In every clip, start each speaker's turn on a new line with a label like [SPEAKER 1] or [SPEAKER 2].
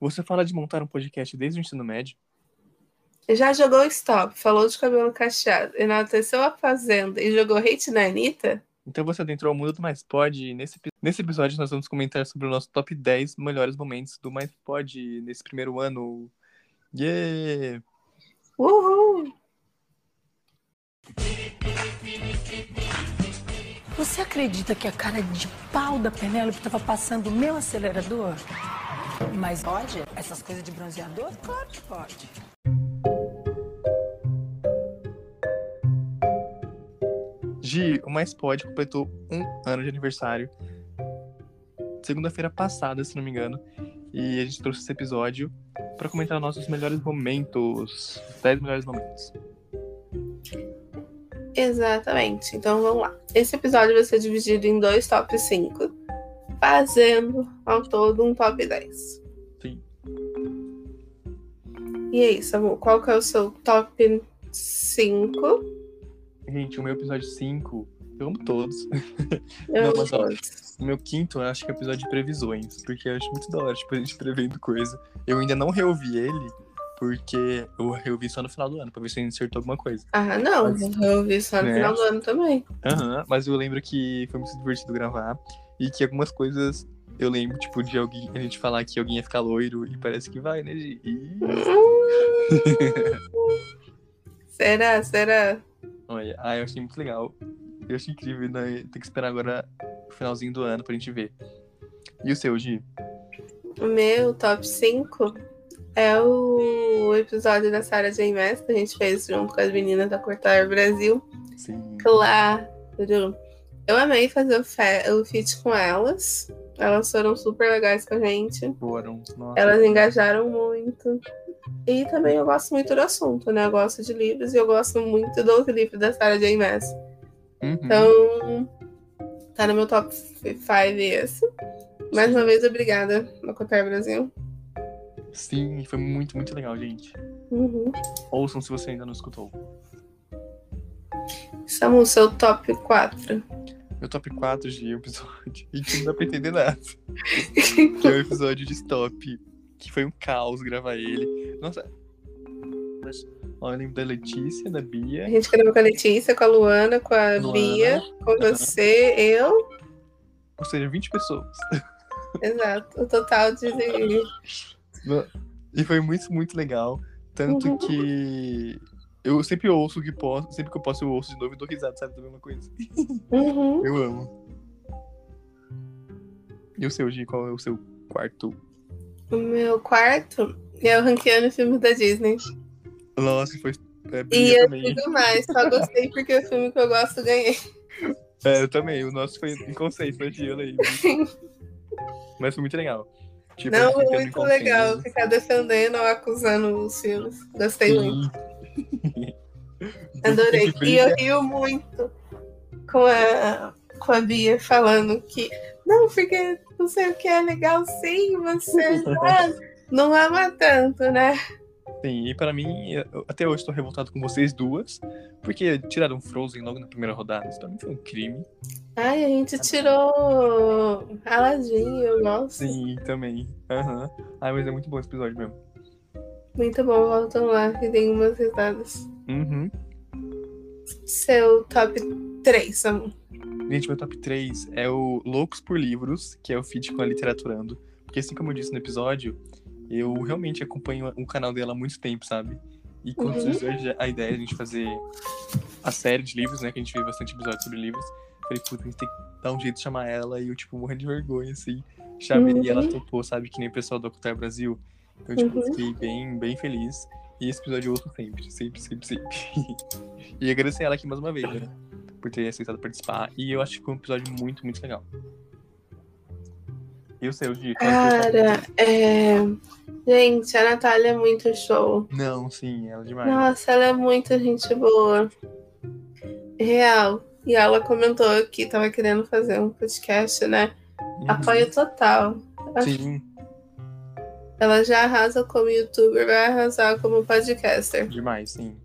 [SPEAKER 1] Você fala de montar um podcast desde o ensino médio?
[SPEAKER 2] Já jogou stop, falou de cabelo cacheado, enalteceu a fazenda e jogou hate na Anitta?
[SPEAKER 1] Então você adentrou ao mundo do Mais Pod e nesse, epi- nesse episódio nós vamos comentar sobre o nosso top 10 melhores momentos do Mais Pod nesse primeiro ano. Yeah!
[SPEAKER 2] Uhul!
[SPEAKER 3] Você acredita que a cara de pau da Penélope estava passando o meu acelerador? Mas pode? Essas coisas de bronzeador? Claro que pode.
[SPEAKER 1] Gi, o Mais Pod completou um ano de aniversário. Segunda-feira passada, se não me engano. E a gente trouxe esse episódio para comentar nossos melhores momentos. 10 melhores momentos.
[SPEAKER 2] Exatamente. Então vamos lá. Esse episódio vai ser dividido em dois top 5, fazendo ao todo um top 10.
[SPEAKER 1] Sim.
[SPEAKER 2] E aí, Samu, qual que é o seu top 5?
[SPEAKER 1] Gente, o meu episódio 5, eu amo todos.
[SPEAKER 2] Eu
[SPEAKER 1] Não,
[SPEAKER 2] amo
[SPEAKER 1] mas, ó,
[SPEAKER 2] todos.
[SPEAKER 1] O meu quinto, eu acho que é o episódio de previsões, porque eu acho muito da hora, tipo, a gente prevendo coisa. Eu ainda não reouvi ele, porque eu reouvi só no final do ano, pra ver se a gente acertou alguma coisa.
[SPEAKER 2] Ah, não,
[SPEAKER 1] mas-
[SPEAKER 2] eu ouvi só no
[SPEAKER 1] né?
[SPEAKER 2] final do ano também.
[SPEAKER 1] Aham, mas eu lembro que foi muito divertido gravar, e que algumas coisas eu lembro, tipo, de alguém, a gente falar que alguém ia ficar loiro, e parece que vai, né, Gi? Ih,
[SPEAKER 2] Hum. Será? Será?
[SPEAKER 1] olha, ah, eu achei muito legal. Eu achei incrível, né? Tem que esperar agora o finalzinho do ano pra gente ver. E o seu, Gi?
[SPEAKER 2] O meu top 5 é o episódio da Sarah J. Maas que a gente fez junto com as meninas da Cortar Brasil.
[SPEAKER 1] Sim.
[SPEAKER 2] Claro! Eu amei fazer o, fe- o feat com elas. Elas foram super legais com a gente.
[SPEAKER 1] Foram. Nossa.
[SPEAKER 2] Elas engajaram muito. E também eu gosto muito do assunto, né? Eu gosto de livros e eu gosto muito do livro da Sarah J. Maas.
[SPEAKER 1] Uhum.
[SPEAKER 2] Então, tá no meu top 5 esse. Mais uma vez, obrigada, Cortar Brasil.
[SPEAKER 1] Sim, foi muito, muito legal, gente.
[SPEAKER 2] Uhum.
[SPEAKER 1] Ouçam se você ainda não escutou.
[SPEAKER 2] Samu, seu top 4.
[SPEAKER 1] Meu top 4 de episódio. E que não dá pra entender nada. que é o episódio de Stop. Que foi um caos gravar ele. Nossa. Mas, ó, eu lembro da Letícia, da
[SPEAKER 2] A
[SPEAKER 1] Bia.
[SPEAKER 2] gente gravou com a Letícia, com a Luana, com a
[SPEAKER 1] Luana.
[SPEAKER 2] Bia, com você, eu.
[SPEAKER 1] Ou seja, 20 pessoas.
[SPEAKER 2] Exato, o total de.
[SPEAKER 1] E foi muito, muito legal. Tanto
[SPEAKER 2] Uhum.
[SPEAKER 1] que. Eu sempre ouço o que posso. Sempre que eu posso, eu ouço de novo e dou risada, sabe? Da mesma coisa.
[SPEAKER 2] Uhum.
[SPEAKER 1] Eu amo. E o seu, Gi? Qual é o seu quarto?
[SPEAKER 2] O meu quarto é o ranqueando filmes da Disney.
[SPEAKER 1] Nossa, foi. É,
[SPEAKER 2] E
[SPEAKER 1] Bia
[SPEAKER 2] eu
[SPEAKER 1] também.
[SPEAKER 2] digo mais, só gostei porque é o filme que eu gosto ganhei.
[SPEAKER 1] É, eu também. O nosso foi em conceito, foi de eu lembro. Mas foi muito legal. Tipo,
[SPEAKER 2] Não,
[SPEAKER 1] a gente
[SPEAKER 2] foi
[SPEAKER 1] ficando em
[SPEAKER 2] muito
[SPEAKER 1] consenso.
[SPEAKER 2] legal ficar defendendo ou acusando os filmes. Gostei
[SPEAKER 1] Uhum.
[SPEAKER 2] muito. Adorei. E eu rio muito com a, com a Bia falando que não, porque não sei o que é legal sim, você já não ama tanto, né?
[SPEAKER 1] Sim, e pra mim, eu- até hoje tô revoltado com vocês duas, porque tiraram Frozen logo na primeira rodada. Isso pra mim foi um crime.
[SPEAKER 2] Ai, a gente tirou raladinho, eu gosto.
[SPEAKER 1] Sim, também. Aham. Ah, mas é muito bom esse episódio mesmo.
[SPEAKER 2] Muito bom, voltam lá que tem umas risadas.
[SPEAKER 1] Uhum.
[SPEAKER 2] Seu top 3, Samu.
[SPEAKER 1] Gente, meu top 3 é o Loucos por Livros, que é o feat com a Literaturando. Porque assim como eu disse no episódio, eu realmente acompanho o canal dela há muito tempo, sabe? E quando
[SPEAKER 2] Uhum.
[SPEAKER 1] surgiu a ideia de a gente fazer a série de livros, né? Que a gente vê bastante episódios sobre livros. eu Falei, puta, a gente tem que dar um jeito de chamar ela. E eu, tipo, morrendo de vergonha, assim. Chamei
[SPEAKER 2] Uhum.
[SPEAKER 1] e ela topou, sabe? Que nem o pessoal do Ocultar Brasil. Então, tipo, eu
[SPEAKER 2] Uhum.
[SPEAKER 1] fiquei bem, bem feliz. E esse episódio eu ouço sempre, sempre, sempre, sempre. e agradecer ela aqui mais uma vez, né? por ter aceitado participar. E eu acho que foi um episódio muito, muito legal. E o seu, Gi? qual é o seu top?
[SPEAKER 2] Cara, é... gente, a Natália é muito show.
[SPEAKER 1] Não, sim, ela é demais.
[SPEAKER 2] Nossa, ela é muita gente boa. Real. E ela comentou que tava querendo fazer um podcast, né?
[SPEAKER 1] Uhum.
[SPEAKER 2] Apoio total.
[SPEAKER 1] Sim,
[SPEAKER 2] Ela já arrasa como youtuber, vai arrasar como podcaster.
[SPEAKER 1] demais, sim.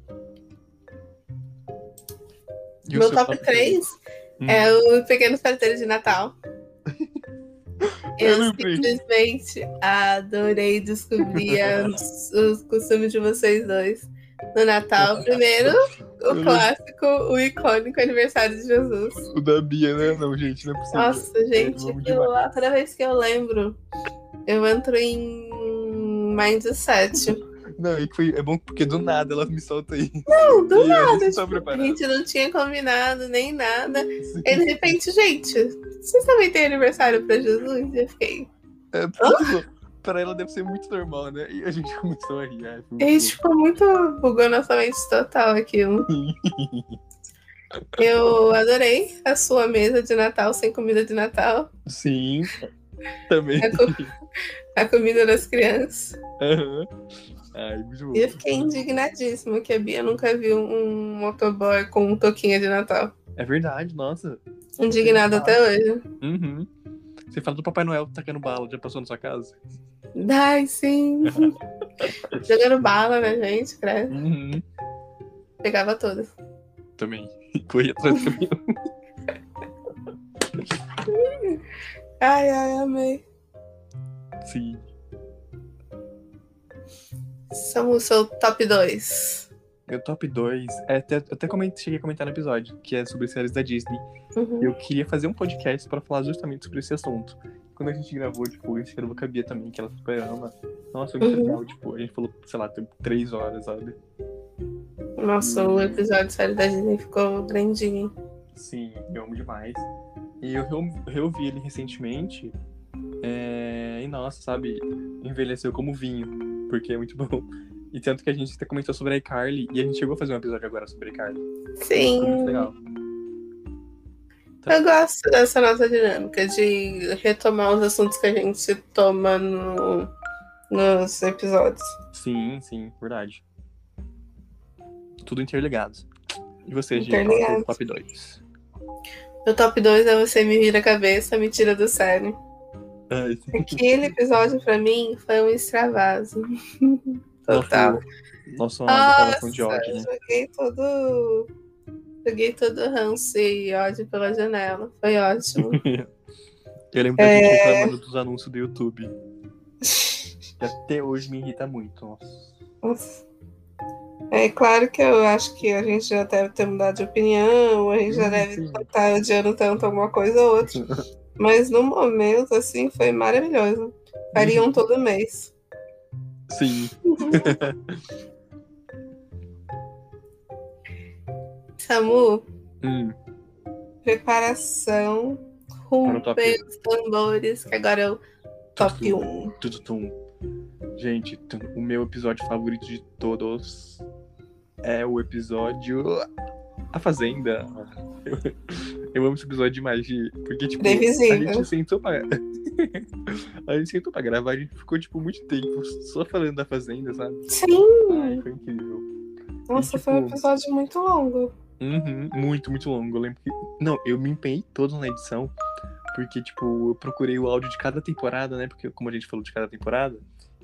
[SPEAKER 1] E o
[SPEAKER 2] Meu
[SPEAKER 1] seu
[SPEAKER 2] top 3
[SPEAKER 1] Hum.
[SPEAKER 2] é o Pequeno Farteiro de Natal. Eu,
[SPEAKER 1] Eu não vi.
[SPEAKER 2] simplesmente adorei descobrir as- os costumes de vocês dois no Natal. Primeiro, o
[SPEAKER 1] não-
[SPEAKER 2] clássico, o icônico aniversário de Jesus.
[SPEAKER 1] O da Bia, né? Não, gente, não é possível.
[SPEAKER 2] Nossa, gente,
[SPEAKER 1] amo
[SPEAKER 2] eu,
[SPEAKER 1] demais.
[SPEAKER 2] a primeira vez que eu lembro, eu entro em mindset.
[SPEAKER 1] Não, e foi, é bom porque do nada ela me solta aí.
[SPEAKER 2] Não, do
[SPEAKER 1] E a gente
[SPEAKER 2] nada.
[SPEAKER 1] não tá
[SPEAKER 2] tipo, a
[SPEAKER 1] preparado.
[SPEAKER 2] gente não tinha combinado nem nada. E de repente, gente, vocês também têm aniversário pra Jesus? Eu fiquei.
[SPEAKER 1] É, porque, tipo, pra ela deve ser muito normal, né? E a gente começou a rir. ai, foi muito
[SPEAKER 2] A gente ficou muito. bugou nossa mente total aquilo. Eu adorei a sua mesa de Natal sem comida de Natal.
[SPEAKER 1] bom. Sim. Também.
[SPEAKER 2] A, co- a comida das crianças.
[SPEAKER 1] Aham. Ai, muito bom.
[SPEAKER 2] E É eu fiquei indignadíssima que a Bia nunca viu um motoboy com um toquinha de Natal.
[SPEAKER 1] É verdade, nossa.
[SPEAKER 2] Indignada até hoje.
[SPEAKER 1] Uhum. Você fala do Papai Noel tacando bala, já passou na sua casa?
[SPEAKER 2] Dai, sim. Jogando bala na gente, credo.
[SPEAKER 1] Uhum.
[SPEAKER 2] Pegava todas.
[SPEAKER 1] Também. Corri atrás do caminhão.
[SPEAKER 2] Ai, ai, amei.
[SPEAKER 1] Sim.
[SPEAKER 2] São o seu top 2.
[SPEAKER 1] Meu top 2. É, até, eu até comentei, cheguei a comentar no episódio, que é sobre séries da Disney.
[SPEAKER 2] Uhum.
[SPEAKER 1] Eu queria fazer um podcast pra falar justamente sobre esse assunto. Quando a gente gravou, tipo, a gente gravou com a Bia também, que ela super ama. Nossa, muito
[SPEAKER 2] Uhum.
[SPEAKER 1] legal. Tipo, a gente falou, sei lá, tem três horas, sabe?
[SPEAKER 2] Nossa, o episódio sério da Disney ficou grandinho.
[SPEAKER 1] Sim, eu amo demais. E eu reu- reouvi ele recentemente. é, E nossa, sabe, envelheceu como vinho, porque é muito bom. E tanto que a gente até comentou sobre a iCarly, e a gente chegou a fazer um episódio agora sobre a iCarly. Foi muito
[SPEAKER 2] Sim.
[SPEAKER 1] legal.
[SPEAKER 2] Eu gosto dessa nossa dinâmica de retomar os assuntos que a gente toma no- nos episódios.
[SPEAKER 1] Sim, sim, verdade. Tudo interligado. E você, Gi, qual é o
[SPEAKER 2] Interligado.
[SPEAKER 1] seu top 2?
[SPEAKER 2] Meu top 2 é você me vira a cabeça, me tira do sério. Aquele episódio pra mim foi um extravaso. Total.
[SPEAKER 1] Nossa, uma
[SPEAKER 2] Então tá. Nossa,
[SPEAKER 1] declaração de ódio, né?
[SPEAKER 2] eu joguei todo. Joguei todo ranço e ódio pela janela. Foi ótimo.
[SPEAKER 1] Eu lembro
[SPEAKER 2] É.
[SPEAKER 1] da gente reclamando dos anúncios do YouTube. Que até hoje me irrita muito, nossa.
[SPEAKER 2] Nossa. É claro que eu acho que a gente já deve ter mudado de opinião, a gente já
[SPEAKER 1] Sim,
[SPEAKER 2] deve
[SPEAKER 1] sim.
[SPEAKER 2] estar odiando tanto alguma coisa ou outra. Mas no momento, assim, foi maravilhoso. Fariam todo mês.
[SPEAKER 1] Sim.
[SPEAKER 2] Samu,
[SPEAKER 1] Hum,
[SPEAKER 2] preparação,
[SPEAKER 1] Tá no top
[SPEAKER 2] romper os tambores, que agora é o top 1.
[SPEAKER 1] tudo tum. Gente, tum, o meu episódio favorito de todos é o episódio A Fazenda. Eu, eu amo esse episódio demais, Gi, porque tipo,
[SPEAKER 2] Previsível.
[SPEAKER 1] a gente sentou pra A gente sentou pra gravar, a gente ficou tipo muito tempo só falando da Fazenda, sabe? Ai,
[SPEAKER 2] Sim!
[SPEAKER 1] foi incrível.
[SPEAKER 2] Nossa, foi um
[SPEAKER 1] tipo-
[SPEAKER 2] episódio muito longo.
[SPEAKER 1] Uhum, muito, muito longo. Eu lembro que. Não, eu me empenhei todo na edição, porque, tipo, eu procurei o áudio de cada temporada, né? Porque, como a gente falou de cada temporada,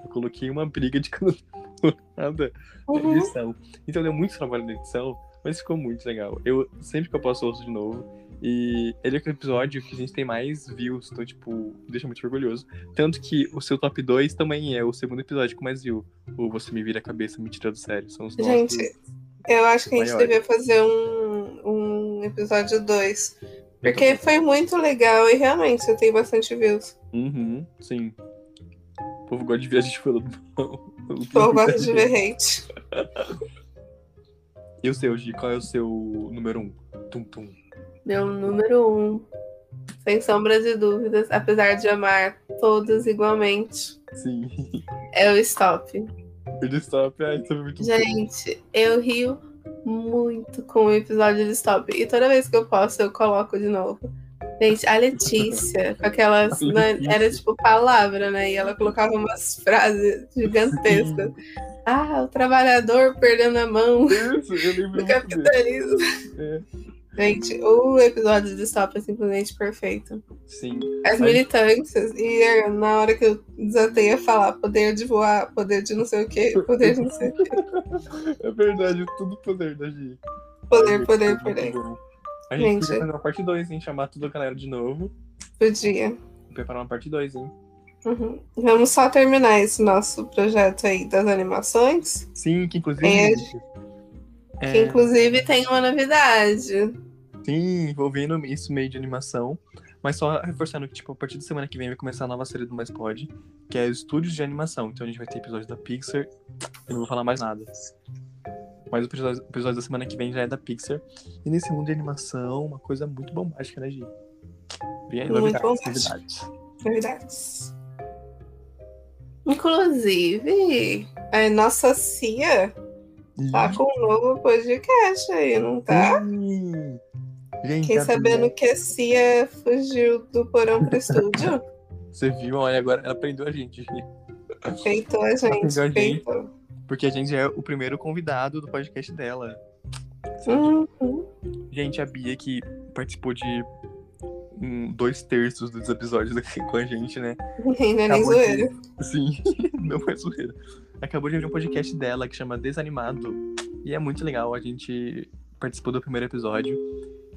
[SPEAKER 1] eu coloquei uma briga de cada temporada na
[SPEAKER 2] Uhum.
[SPEAKER 1] edição. Então deu muito trabalho na edição, mas ficou muito legal. Eu sempre que eu posso ouço de novo. E ele é aquele episódio que a gente tem mais views, então, tipo, deixa muito orgulhoso. Tanto que o seu top 2 também é o segundo episódio com mais view. Ou você me vira a cabeça, me tira do sério. São os
[SPEAKER 2] Gente,
[SPEAKER 1] nossos-
[SPEAKER 2] Eu acho que a gente
[SPEAKER 1] Maior.
[SPEAKER 2] devia fazer um, um episódio 2. Porque foi muito legal e realmente eu tenho bastante views.
[SPEAKER 1] Uhum, sim. O povo gosta de ver a gente falando mal.
[SPEAKER 2] Eu gosto de ver hate.
[SPEAKER 1] E o seu, Gi? Qual é o seu número um? Tum, tum.
[SPEAKER 2] Meu número um, sem sombra de dúvidas, apesar de amar todos igualmente,
[SPEAKER 1] Sim.
[SPEAKER 2] é o stop.
[SPEAKER 1] Ele stop. Ai, isso é muito bom.
[SPEAKER 2] Gente, eu rio muito com o episódio de stop. E toda vez que eu posso, eu coloco de novo. Gente, a Letícia, com aquelas.
[SPEAKER 1] A
[SPEAKER 2] né,
[SPEAKER 1] Letícia.
[SPEAKER 2] era tipo palavra, né? E ela colocava umas frases gigantescas. Ah, o trabalhador perdendo a mão
[SPEAKER 1] Isso, eu lembro
[SPEAKER 2] do
[SPEAKER 1] muito dele.
[SPEAKER 2] capitalismo.
[SPEAKER 1] É.
[SPEAKER 2] Gente, o episódio de Stop é simplesmente perfeito.
[SPEAKER 1] Sim.
[SPEAKER 2] As
[SPEAKER 1] Ai.
[SPEAKER 2] militâncias, e eu, na hora que eu desatei a falar poder de voar, poder de não sei o que, poder de não sei o que,
[SPEAKER 1] É verdade, tudo poder da Gi.
[SPEAKER 2] poder, poder,
[SPEAKER 1] Muito
[SPEAKER 2] poder.
[SPEAKER 1] bom. A gente
[SPEAKER 2] Gente.
[SPEAKER 1] podia fazer uma parte 2, hein? Chamar toda a galera de novo.
[SPEAKER 2] Podia.
[SPEAKER 1] preparar uma parte 2, hein?
[SPEAKER 2] Uhum. Vamos só terminar esse nosso projeto aí das animações.
[SPEAKER 1] Sim, que inclusive.
[SPEAKER 2] É.
[SPEAKER 1] É,
[SPEAKER 2] Que inclusive tem uma novidade.
[SPEAKER 1] Sim, envolvendo isso meio de animação. Mas só reforçando que, tipo, a partir da semana que vem vai começar a nova série do Mais Pod, que é estúdios de animação. Então a gente vai ter episódios da Pixar. Eu não vou falar mais nada. Mas o episódio, o episódio da semana que vem já é da Pixar. E nesse mundo de animação, uma coisa muito bombástica, né, Gi? Vem aí,
[SPEAKER 2] Muito
[SPEAKER 1] novidades,
[SPEAKER 2] bombástica.
[SPEAKER 1] novidades.
[SPEAKER 2] Novidades. Inclusive, a nossa Cia
[SPEAKER 1] E-
[SPEAKER 2] tá com um novo podcast aí, não tá?
[SPEAKER 1] Sim! Gente,
[SPEAKER 2] Fiquei
[SPEAKER 1] a
[SPEAKER 2] sabendo que a Cia fugiu do porão pro estúdio.
[SPEAKER 1] Bia, Você viu? Olha, agora ela prendeu a gente, Gi.
[SPEAKER 2] Peitou a gente,
[SPEAKER 1] Pegou a gente.
[SPEAKER 2] peitou.
[SPEAKER 1] Porque a gente é o primeiro convidado do podcast dela.
[SPEAKER 2] Uhum.
[SPEAKER 1] Gente, a Bia que participou de hum, dois terços dos episódios aqui com a gente, né?
[SPEAKER 2] Ainda nem
[SPEAKER 1] Acabou
[SPEAKER 2] zoeira.
[SPEAKER 1] de- Sim, não foi zoeira. Acabou de abrir um podcast dela que chama Desanimado. E é muito legal. A gente participou do primeiro episódio.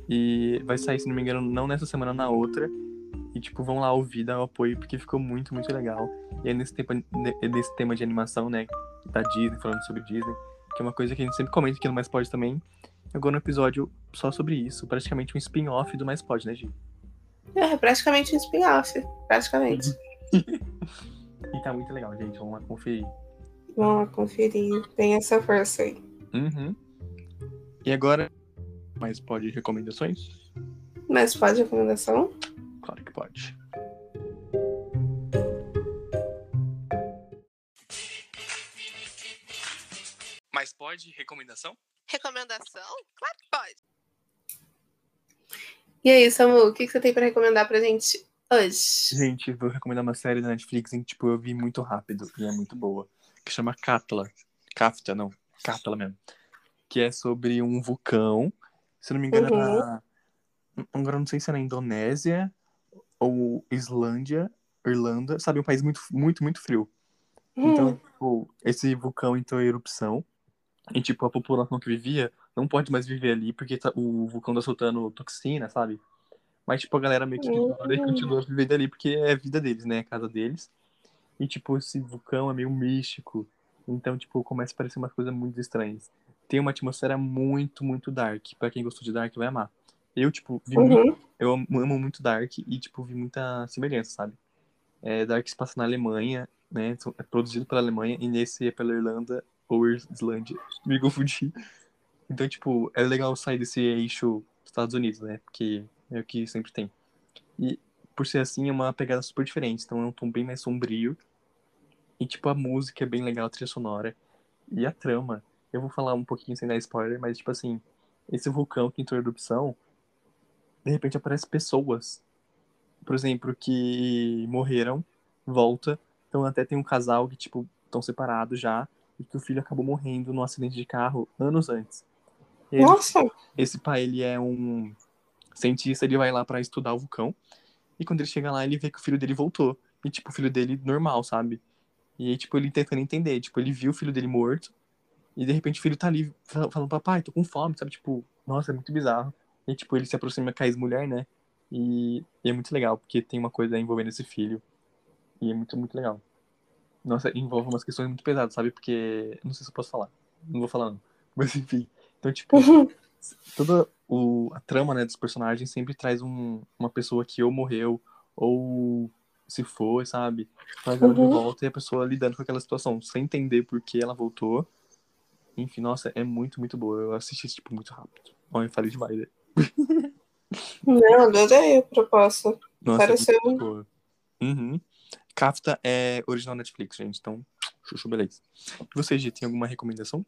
[SPEAKER 1] E vai sair, se não me engano, não nessa semana, na outra. E, tipo, vão lá ouvir, dar o apoio, porque ficou muito, muito legal. E é nesse, tempo, é nesse tema de animação, né? Da Disney, falando sobre Disney. Que é uma coisa que a gente sempre comenta aqui no Mais Pod também. Agora um episódio só sobre isso. Praticamente um spin-off do Mais Pod, né, Gi?
[SPEAKER 2] É praticamente um spin-off. Praticamente.
[SPEAKER 1] Uhum. E tá muito legal, gente. Vamos lá conferir.
[SPEAKER 2] Vamos lá conferir. Tem essa força aí.
[SPEAKER 1] Uhum. E agora, mais pode recomendações?
[SPEAKER 2] Mas pode recomendação?
[SPEAKER 1] Claro que pode. Mas pode recomendação?
[SPEAKER 2] Recomendação? Claro que pode. E aí, Samu, o que que você tem pra recomendar pra gente hoje?
[SPEAKER 1] Gente, vou recomendar uma série da Netflix em que tipo, eu vi muito rápido e é muito boa. Que chama Catla. Cafta, não. Catla mesmo. Que é sobre um vulcão. Se não me engano,
[SPEAKER 2] Uhum.
[SPEAKER 1] era. Agora eu não sei se é na Indonésia ou Islândia, Irlanda. Sabe, um país muito, muito, muito frio. Então,
[SPEAKER 2] Hum,
[SPEAKER 1] tipo, esse vulcão entrou em erupção. E, tipo, a população que vivia não pode mais viver ali porque tá- o vulcão tá soltando toxina, sabe? Mas, tipo, a galera meio que ignora e
[SPEAKER 2] Hum.
[SPEAKER 1] continua vivendo ali porque é a vida deles, né? A casa deles. E, tipo, esse vulcão é meio místico. Então, tipo, começa a parecer umas coisas muito estranhas. Tem uma atmosfera muito, muito dark. Pra quem gostou de dark, vai amar. Eu, tipo, vi muito
[SPEAKER 2] uhum.
[SPEAKER 1] eu amo amo muito Dark e, tipo, vi muita semelhança, sabe? É, Dark se passa na Alemanha, né? Então, É produzido pela Alemanha e nesse é pela Irlanda ou Islândia. Me confundi. Então, tipo, é legal sair desse eixo Estados Unidos, né? Porque é o que sempre tem. E, por ser assim, é uma pegada super diferente. Então, é um tom bem mais sombrio. E, tipo, a música é bem legal, a trilha sonora. E a trama. Eu vou falar um pouquinho sem dar spoiler, mas, tipo assim, esse vulcão que entrou em erupção, de repente aparecem pessoas, por exemplo, que morreram, volta. Então até tem um casal que, tipo, estão separados já, e que o filho acabou morrendo num acidente de carro anos antes. E aí,
[SPEAKER 2] Nossa,
[SPEAKER 1] esse pai, ele é um cientista, ele vai lá pra estudar o vulcão. E quando ele chega lá, ele vê que o filho dele voltou. E, tipo, o filho dele normal, sabe? E aí, tipo, ele tentando entender. Tipo, ele viu o filho dele morto. E, de repente, o filho tá ali fal- falando, papai, tô com fome, sabe? Tipo, nossa, é muito bizarro. E, tipo, ele se aproxima com a ex-mulher, né? E, e é muito legal, porque tem uma coisa envolvendo esse filho. E é muito, muito legal. Nossa, envolve umas questões muito pesadas, sabe? Porque, não sei se eu posso falar. Não vou falar, não. Mas, enfim. Então, tipo, toda o, a trama né, dos personagens sempre traz um- uma pessoa que ou morreu ou se foi, sabe? Traz ela de
[SPEAKER 2] Uhum.
[SPEAKER 1] volta e a pessoa lidando com aquela situação, sem entender por que ela voltou. Enfim, nossa, é muito, muito boa. Eu assisti isso, tipo, muito rápido. Olha, eu falei demais. Né?
[SPEAKER 2] não, adorei a proposta.
[SPEAKER 1] Nossa, é
[SPEAKER 2] Pareceu
[SPEAKER 1] muito boa. Uhum. Capta é original Netflix, gente. Então, chuchu, beleza. Você, Gi, tem alguma recomendação?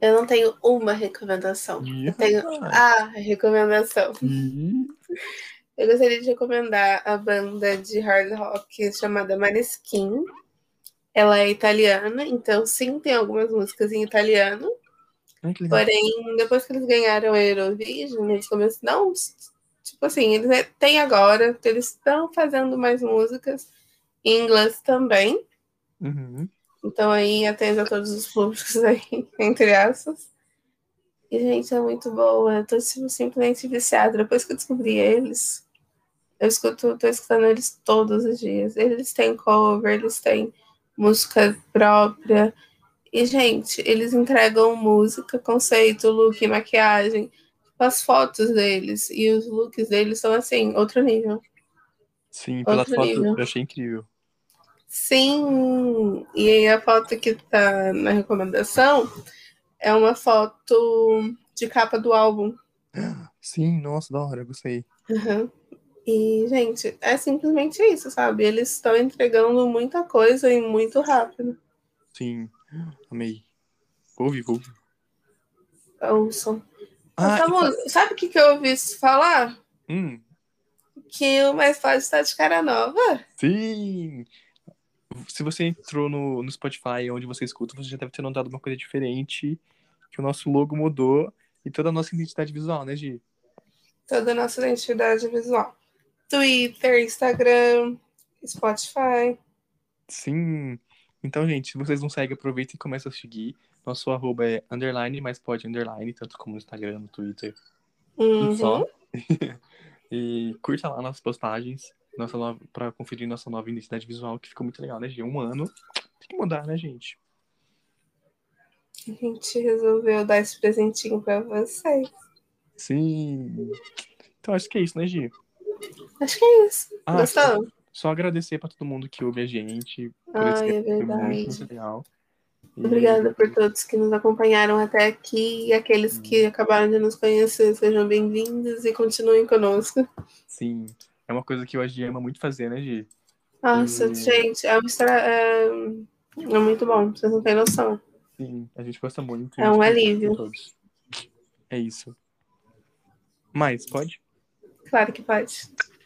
[SPEAKER 2] Eu não tenho uma recomendação. Eu tenho
[SPEAKER 1] Ah,
[SPEAKER 2] a recomendação.
[SPEAKER 1] Ih,
[SPEAKER 2] Eu gostaria de recomendar a banda de hard rock chamada Maneskin. Ela é italiana, então sim, tem algumas músicas em italiano.
[SPEAKER 1] ai, que legal.
[SPEAKER 2] Porém, depois que eles ganharam a Eurovision, eles começaram. Não, tipo assim, eles né, têm agora, eles estão fazendo mais músicas em inglês também.
[SPEAKER 1] Uhum.
[SPEAKER 2] Então aí atende a todos os públicos aí, entre aspas. E, gente, é muito boa. Eu tô tipo, simplesmente viciada. Depois que eu descobri eles, Eu escuto, tô escutando eles todos os dias. Eles têm cover, eles têm música própria. E, gente, eles entregam música, conceito, look, maquiagem, as fotos deles. E os looks deles são assim, outro nível.
[SPEAKER 1] Sim, pela
[SPEAKER 2] Outro
[SPEAKER 1] foto
[SPEAKER 2] nível.
[SPEAKER 1] eu achei incrível.
[SPEAKER 2] Sim! E aí a foto que tá na recomendação é uma foto de capa do álbum.
[SPEAKER 1] Sim, nossa, da hora, gostei.
[SPEAKER 2] Aham. E, gente, é simplesmente isso, sabe? Eles estão entregando muita coisa e muito rápido.
[SPEAKER 1] Sim, amei. Ouvi, ouvi.
[SPEAKER 2] Ouçam.
[SPEAKER 1] Ah,
[SPEAKER 2] Essa
[SPEAKER 1] e-
[SPEAKER 2] música- Sabe o que, que eu ouvi falar?
[SPEAKER 1] hum,
[SPEAKER 2] Que o Mais Pode está de cara nova.
[SPEAKER 1] sim! Se você entrou no, no Spotify, onde você escuta, você já deve ter notado uma coisa diferente, que o nosso logo mudou e toda a nossa identidade visual, né, Gi?
[SPEAKER 2] Toda a nossa identidade visual. Twitter, Instagram, Spotify.
[SPEAKER 1] Sim. Então, gente, se vocês não seguem, aproveitem e começam a seguir. Nosso arroba é underline, mas pode underline, tanto como no Instagram, no Twitter, um
[SPEAKER 2] Uhum.
[SPEAKER 1] só. e curta lá nossas postagens, nossa nova, pra conferir nossa nova identidade visual, que ficou muito legal, né, Gi? Um ano. Tem que mudar, né, gente?
[SPEAKER 2] A gente resolveu dar esse presentinho pra vocês.
[SPEAKER 1] Sim. Então, acho que é isso, né, Gi?
[SPEAKER 2] Acho que é isso.
[SPEAKER 1] Ah,
[SPEAKER 2] Gostou?
[SPEAKER 1] Só agradecer pra todo mundo que ouve a gente. Por esse
[SPEAKER 2] Ai, é
[SPEAKER 1] tempo, foi muito,
[SPEAKER 2] verdade.
[SPEAKER 1] muito legal. E-
[SPEAKER 2] Obrigada por todos que nos acompanharam até aqui e aqueles que acabaram de nos conhecer. Sejam bem-vindos e continuem conosco.
[SPEAKER 1] Sim. É uma coisa que o Agi ama muito fazer, né, Gi?
[SPEAKER 2] Nossa,
[SPEAKER 1] E-
[SPEAKER 2] gente, é, um extra- é... é muito bom. Vocês não têm noção.
[SPEAKER 1] Sim, a gente gosta muito.
[SPEAKER 2] É um
[SPEAKER 1] de
[SPEAKER 2] alívio.
[SPEAKER 1] todos. É isso. Mais, pode?
[SPEAKER 2] Claro que pode.